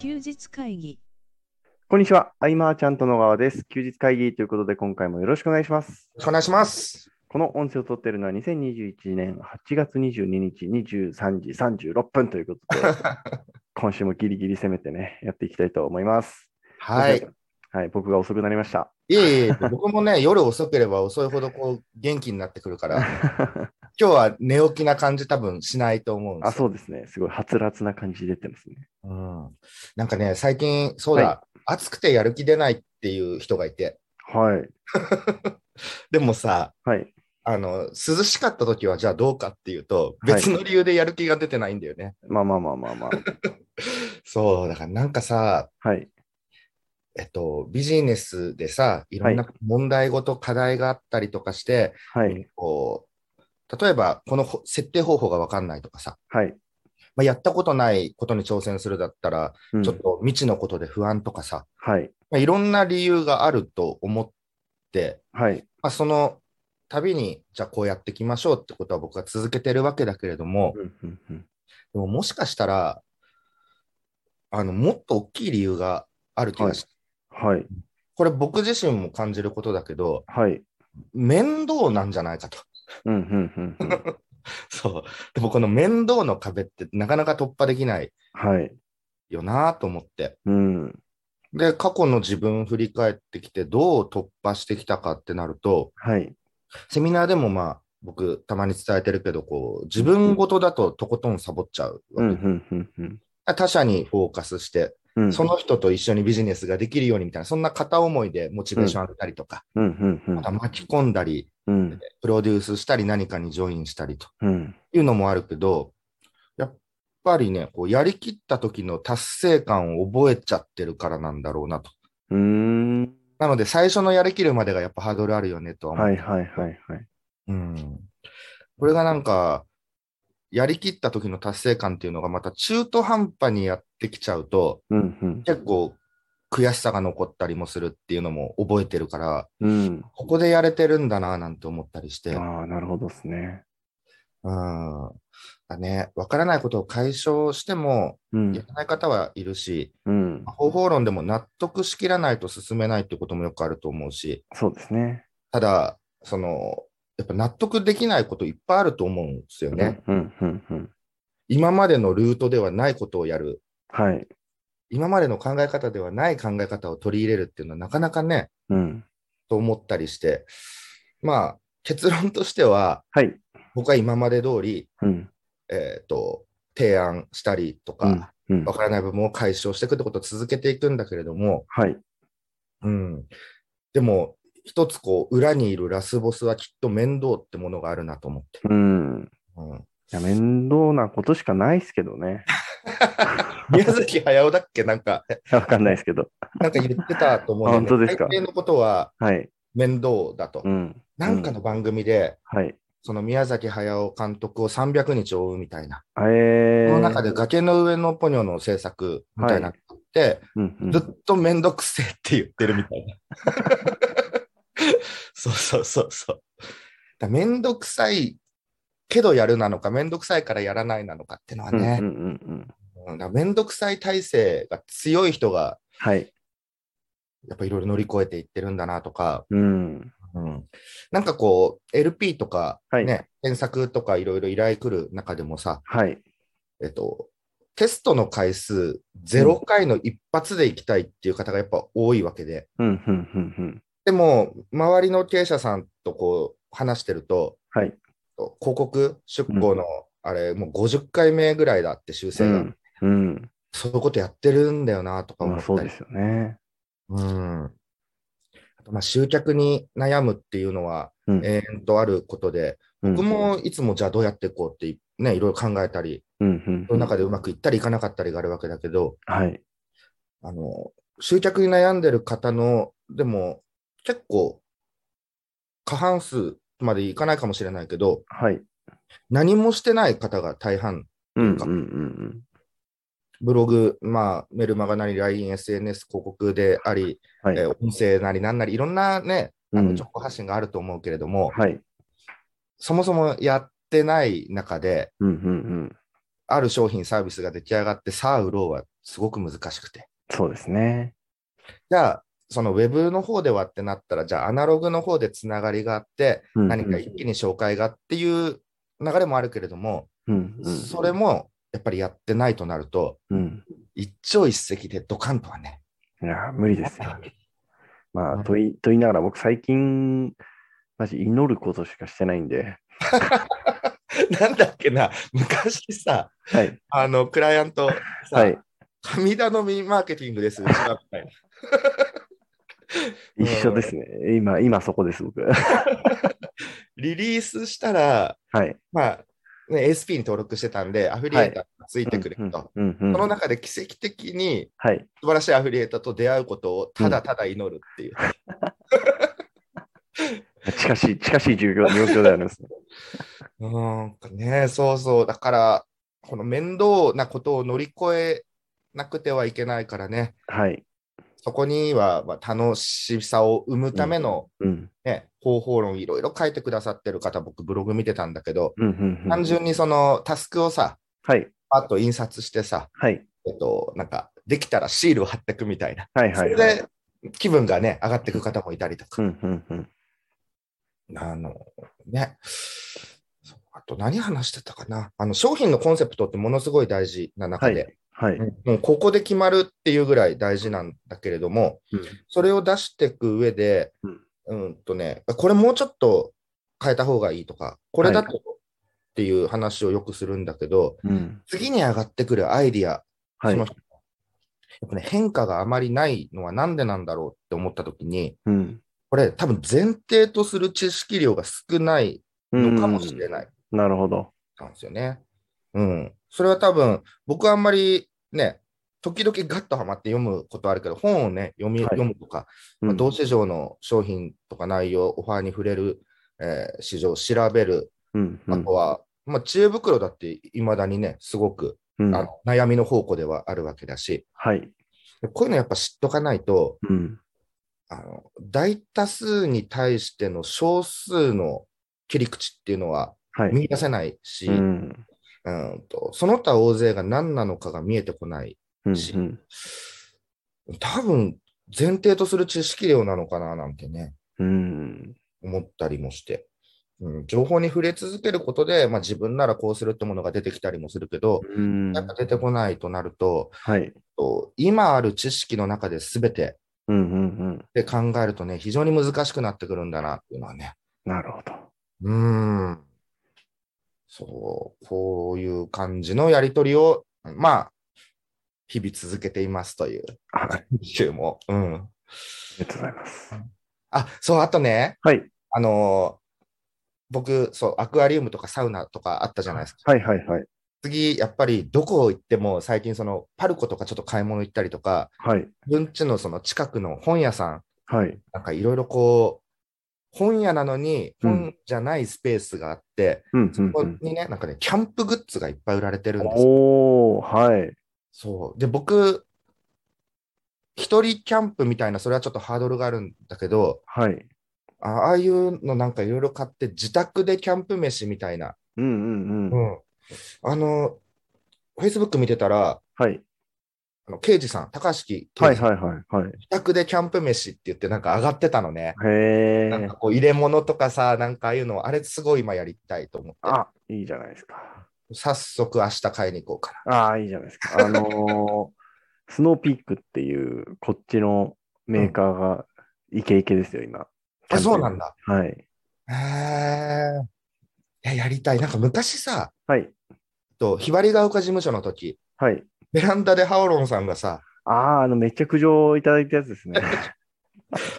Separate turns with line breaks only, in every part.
休日会議
こんにちは。アイマーちゃんと野川です。休日会議ということで、今回もよろしくお願いします。
よろしくお願いします。
この音声を撮っているのは2021年8月22日23時36分ということで、 今週もギリギリ攻めてね、やっていきたいと思います。
はい。。
はい、僕が遅くなりました。
いえいえ、僕もね、夜遅ければ遅いほどこう元気になってくる から、今日は寝起きな感じ多分しないと思うんで
あ、
す
そ
よ。
うですね。すごい、はつらつな感じ出てますね。
うん、なんかね、最近、そうだ、
は
暑くてやる気出ないっていう人がいて、
はい。
でもさ、
はい。
あの涼しかった時はじゃあどうかっていうと、別の理由でやる気が出てないんだよね。
まあまあまあまあま
そう、だからなんかさ、
あ。はい。
えっと、ビジネスでさ、いろんな問題ごと、課題があったりとかして、
はい。
こう例えば、このほ設定方法が分かんないとかさ、
はい。
まあ、やったことないことに挑戦するだったら、
うん
ちょっと未知のことで不安とかさ、
はい。
まあ、いろんな理由があると思って、
はい。
まあ、その度に、じゃあこうやっていきましょうってことは僕は続けてるわけだけれども、
うんうんうん
でももしかしたら、あのもっと大きい理由がある気がして、
はい。
これ僕自身も感じることだけど、
はい。
面倒なんじゃないかと。
うんうんうんうん。
そう。でもこの面倒の壁ってなかなか突破できない
はい。
よなと思って。
うん。
で、過去の自分振り返ってきて、どう突破してきたかってなると、
はい。
セミナーでもまあ、僕、たまに伝えてるけど、こう、自分ごとだととことんサボっちゃう
う
わ
ん
け。
うんうんうん
他者にフォーカスして、
うん。
その人と一緒にビジネスができるようにみたいな、そんな片思いでモチベーション上げたりとか、
うんうんうん
また巻き込んだり、
うん
プロデュースしたり、何かにジョインしたりと
うん
いうのもあるけど、やっぱりね、こう、やりきった時の達成感を覚えちゃってるからなんだろうなと。
うーん。
なので、最初のやりきるまでがやっぱハードルあるよねとは思う。
はいはいはいはい。
うん。これがなんか、やりきった時の達成感っていうのがまた中途半端にやってきちゃうと、
うんうん。
結構悔しさが残ったりもするっていうのも覚えてるから、
うん。
ここでやれてるんだななんて思ったりして、うん。
ああ、なるほどですね。
だね、わからないことを解消しても、
う
や
ん。
らない方はいるし、
うん。
方法論でも納得しきらないと進めないってこともよくあると思うし、
そうですね。
ただ、その、やっぱ納得できないこといっぱいあると思うんですよね。
うんうんうん。
今までのルートではないことをやる。
はい。
今までの考え方ではない考え方を取り入れるっていうのはなかなかね、
うん。
と思ったりして。まあ、結論としては、
はい。
僕は今まで通り、
うん。
えっ、と、提案したりと
うん
か、。
うん
わからない部分を解消していくってことを続けていくんだけれども、
はい。
うん。でも、一つこう、裏にいるラスボスはきっと面倒ってものがあるなと思って。
うん。
うん
いや、面倒なことしかないですけどね。
宮崎駿だっけなんか、
わかんないですけど。
なんか言ってたと思うんだよ
あ本当ですか
大抵のことは
はい。
面倒だと。
うん。
なんかの番組で、
はい。
その宮崎駿監督を300日追うみたいな。
えー。
その中で崖の上のポニョの制作みたいなのがあって、
うんうん
ずっと面倒くせえって言ってるみたいな。 そうそうそうそう。だから面倒くさいけどやるなのか、面倒くさいからやらないなのかってのはね、
うんうんうんうん。
うんだから面倒くさい体制が強い人が
はい。
やっぱいろいろ乗り越えていってるんだなとか、
うん。
なんかこう、LP とか、
はい
ね、検索とかいろいろ依頼来る中でもさ、
はい。
えっと、テストの回数0回の一発で行きたいっていう方がやっぱ多いわけで、
うんうんうんうん。
でも、周りの経営者さんとこう話してると、
はい。
広告出稿の、あれ、もう50回目ぐらいだって修正が、
うん。うん。
そういうことやってるんだよなとか思
まあ、
ったり、
そうですよね。
うん。あとまあ集客に悩むっていうのは、
うん
永遠とあることで、
うん
僕、もいつもじゃあどうやっていこうって、ね、いろいろ考えたり、
うんうん
その中でうまくいったりいかなかったりがあるわけだけど、
はい。
あの、集客に悩んでる方の、でも結構、過半数までいかないかもしれないけど、
はい。
何もしてない方が大半、
うん
ん
うんうん。
ブログ、まあ、メルマガなり、LINE、SNS、広告であり、
はい。
えー音声なりなんなり、いろんなね、あ
う
の
ん
情報発信があると思うけれども、
はい。
そもそもやってない中で、
うんうんうん。
ある商品、サービスが出来上がって、さあ売ろうはすごく難しくて。
そうですね。
じゃあ、そのウェブの方ではってなったら、じゃあアナログの方でつながりがあって、
うんうん
何か一気に紹介がっていう流れもあるけれども、
うんうん、
それもやっぱりやってないとなると、
うん。
一朝一夕でドカンとはね。
いやー、無理ですよ。ま
うん
あ、と言いと言いながら、僕、最近、マジ祈ることしかしてないんで、
なんだっけな、昔さ、
はい、
あの、クライアント さ、
はい、
神頼みマーケティングです、うちはみたいなうん
一緒ですね。今、今そこです、僕。 は
リリースしたら、
い。
まあ、ね、SP に登録してたんで、アフリエーターがついてくれると。
うんうんうん
その
うん。
中で奇跡的に
はい。
素晴らしいアフリエーターと出会うことをただただ祈るっていう。
近しい、近しい状況、状況でありますね。
なんかね、そうそう。だから、この面倒なことを乗り越えなくてはいけないからね、
はい。
そこには、まあ、楽しさを生むための、
うん。
ね、方法論いろいろ書いてくださってる方、僕ブログ見てたんだけど、
うんうんうん。
単純にそのタスクをさ、
はい。
パッと印刷してさ、
はい。
えっと、なんか、できたらシールを貼ってくみたいな。
はい。
そ
はい。
れ
はい。
で気分がね、上がってく方もいたりと
う
か。
んうんうん。
あの、ね。そうあと何話してたかなあの商品のコンセプトってものすごい大事な中で、
はい。
もうここで決まるっていうぐらい大事なんだけれども、
うん
それを出していく上で、うん、とね、これもうちょっと変えた方がいいとか、これだとっていう話をよくするんだけど、
うん。
次に上がってくるアイディア、
はい
そ。のやっぱね、変化があまりないのはなんでなんだろうって思ったときに、
うん。
これ多分前提とする知識量が少ないのかもしれない
うん。なるほど。
なんですよね。うん。それは多分、僕はあんまりね、時々ガッとハマって読むことあるけど、本をね、読み、
はい
読むとか、
うん
まあ、同市場の商品とか内容、オファーに触れる、えー市場を調べる、
うんう
あ
ん
とは、まあ、知恵袋だっていまだにね、すごく、
うん。
あの悩みの宝庫ではあるわけだし、
はい。
でこういうのやっぱ知っとかないと、
うん。
あの大多数に対しての少数の切り口っていうのは
はい。
見出せないし、
う
うん
ん。
とその他大勢が何なのかが見えてこない。
うん
し
うん。
多分、前提とする知識量なのかななんてね、
うん。
思ったりもして。うん、情報に触れ続けることで、まあ、自分ならこうするってものが出てきたりもするけど、
うん
やっぱ出てこないとなると、
はい。
と今ある知識の中で全て
うんうんうん。
で考えるとね、非常に難しくなってくるんだなっていうのはね、
なるほど。
うーん。そう、こういう感じのやりとりを、まあ、日々続けていますという、
はい。あ
週も。うん。
りがとうございます。
あ、そう、あとね、
はい。
あのー僕、そう、アクアリウムとかサウナとかあったじゃないですか。
はいはいはい。
次、やっぱりどこ行っても、最近、その、パルコとかちょっと買い物行ったりとか、
はい。
文ちのその近くの本屋さん、
はい。
なんかいろいろこう、本屋なのに、
うん
本じゃないスペースがあって、
うんうん
ここ
うん。
にね、なんかね、キャンプグッズがいっぱい売られてるんですよ。
おー、はい。
そう。で、僕、一人キャンプみたいな、それはちょっとハードルがあるんだけど、
はい。
あああいうのなんかいろいろ買って、自宅でキャンプ飯みたいな。
うんうん
う
うん。
ん。あの、Facebook 見てたら、
はい。
あの刑事さん、高橋刑事さん、
はいはいはいはい。
自宅でキャンプ飯って言ってなんか上がってたのね。
へ
なん
え
か。こう入れ物とかさ、なんかああいうの、あれすごい今やりたいと思って、
あ、いいじゃないですか。
早速明日買いに行こうか
ああ、いいじゃないですか。あの ー、スノーピックっていう、こっちのメーカーがイケイケですよ、今。
な。あ、そうなんだ。
はい。
へえ。いや、やりたい。なんか昔さ、
はい。
とひばりが丘事務所の時、
はい。
ベランダでハオロンさんがさ、
ああ、あの、めっちゃ苦情をいただいたやつです ね。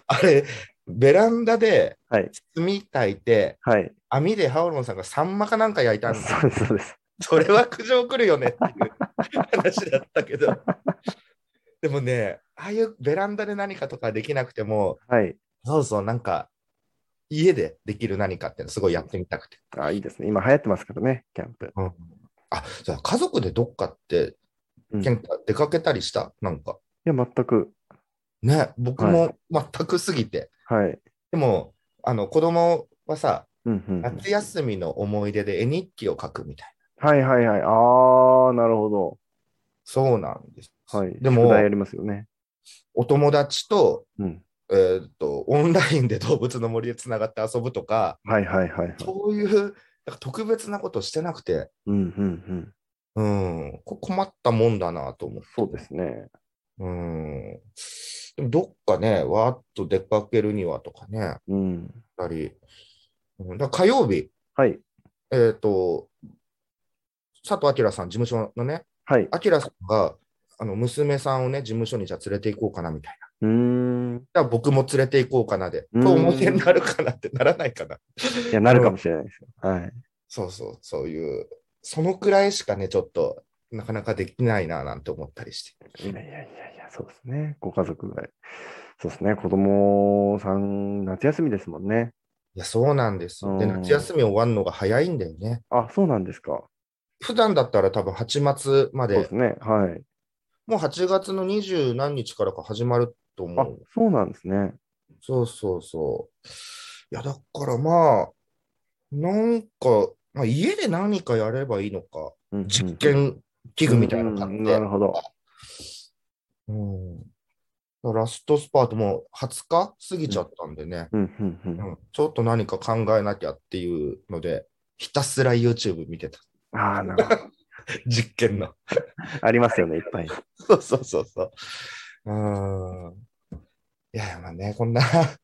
あれ、ベランダで
はい。
炭炊いて、
はい。
網でハオロンさんがサンマかなんか焼いたんだ。
そうです、そうです。
それは苦情来るよねっていう 話だったけど。でもね、ああいうベランダで何かとかできなくても、
はい。
そうそう、なんか、家でできる何かっていうのすごいやってみたくて。
ああ、いいですね。今流行ってますからね、キャンプ。
あ、そうだ家族でどっかって、
うん
健太出かけたりしたなんか。
いや、全く。
ね、僕
は
も全くすぎて。
はい。
でも、あの子供はさ、
うんうんうん。
夏休みの思い出で絵日記を書くみたい
はいはいはい。ああ、なるほど。
そうなんです。
はい。宿
でも、
題やりますよね。
お友達と、
うん。
えーっと、オンラインで動物の森でつながって遊ぶとか、
はいはいはいはい。
そういう、なんか特別なことしてなくて、
うんうんうん。
うん、こ困ったもんだなと思って。
そうですね。
うん。でもどっかね、わーっと出かけるにはとかね、やっ
うん。
たり。うん、だから火曜日、
はい。
えーっと、佐藤明さん、事務所のね、
はい。
明さんが、あの娘さんをね、事務所にじゃあ連れて行こうかなみたいな。
うーん。
じゃあ僕も連れて行こうかなで。
うん
こう表になるかなってならないかな。
いや、なるかもしれないですよ。はい。
そうそう、そういう、そのくらいしかね、ちょっと、なかなかできないな、なんて思ったりして。
いやいやいやいや、そうですね。ご家族が。そうですね。子供さん、夏休みですもんね。
いや、そうなんですよ。で、
うん
夏休み終わるのが早いんだよね。
あ、そうなんですか。
普段だったら多分8月ま
そう
で、
ですね。はい。
もう8月の二十何日からか始まると思
あ
う。、
そうなんですね。
そうそうそう。いや、だからまあ、なんか、まあ、家で何かやればいいのか、
うんうん
実験器具みたいなの買って、
うんなるほど。
うんラストスパートもう20日過ぎちゃったんでね、
うんうんうん
うんちょっと何か考えなきゃっていうので、ひたすら YouTube 見てた。
ああ、なるほど。
実験の。
ありますよね、いっぱい。
そうそうそうそう。うん。いや、まあね、こんな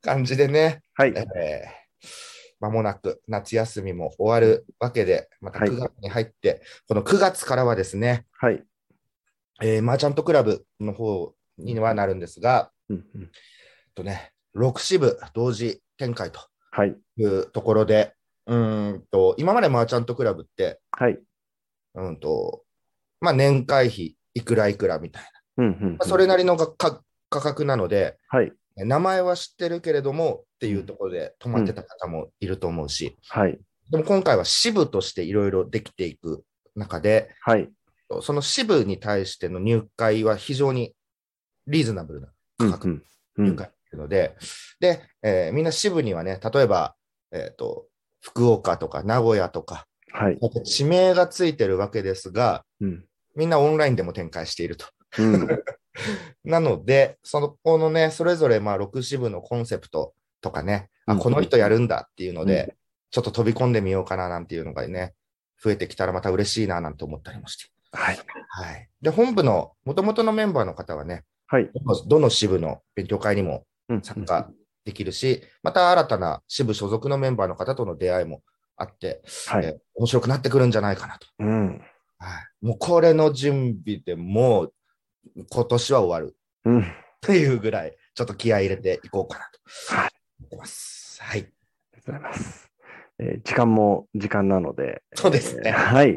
感じでね、
はい。
えーまもなく夏休みも終わるわけで、また
はい
9月に入って、この9月からはですね、
はい。
えーマーチャントクラブの方にはなるんですが、
うんうん
えっとね、6支部同時展開と
はい。
いうところで、うーんと今までマーチャントクラブって、
はい。
うーんとまあ、年会費いくらいくらみたいな、
うんうんうん
まあそれなりのがか価格なので、
はい。
名前は知ってるけれどもっていうところで泊まってた方もいると思うし、
はい。
でも今回は支部としていろいろできていく中で、
はい。
その支部に対しての入会は非常にリーズナブルな
うん
価
う
格
んう
入
ん
会なので、で、えーみんな支部にはね、例えば、えっ、と、福岡とか名古屋とか、
はい。
地名がついてるわけですが、
うん。
みんなオンラインでも展開していると。
うん。
なので、そのこのね、それぞれまあ6支部のコンセプトとかね、
う
あ
ん
この人やるんだっていうので、
う
ちょっと飛び込んでみようかななんていうのがね、増えてきたらまた嬉しいななんて思ったりもして。
はい。
はい、で、本部の元々のメンバーの方はね、
はい。
どのどの支部の勉強会にも
うん
参加できるし、また新たな支部所属のメンバーの方との出会いもあって、
はい
えー面白くなってくるんじゃないかなと。
うん。
はい、もうこれの準備でもう今年は終わる。
うん。
っていうぐらい、ちょっと気合い入れていこうかなと
はい
思ってます。はい。
ありがとうございます。えー時間も時間なので、
そうです
えー
ね。
はい。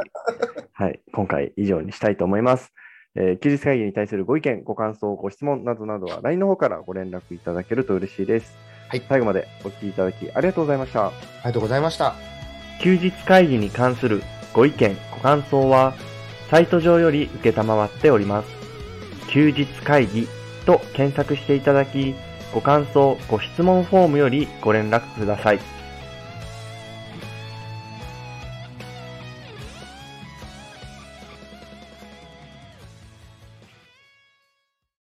はい。今回以上にしたいと思います。えー休日会議に対するご意見、ご感想、ご質問などなどは LINE の方からご連絡いただけると嬉しいです。
はい
最後までお聞きいただきありがとうございました。
ありがとうございました。
休日会議に関するご意見、ご感想は、サイト上より受けたまわっております。休日会議と検索していただき、ご感想、ご質問フォームよりご連絡ください。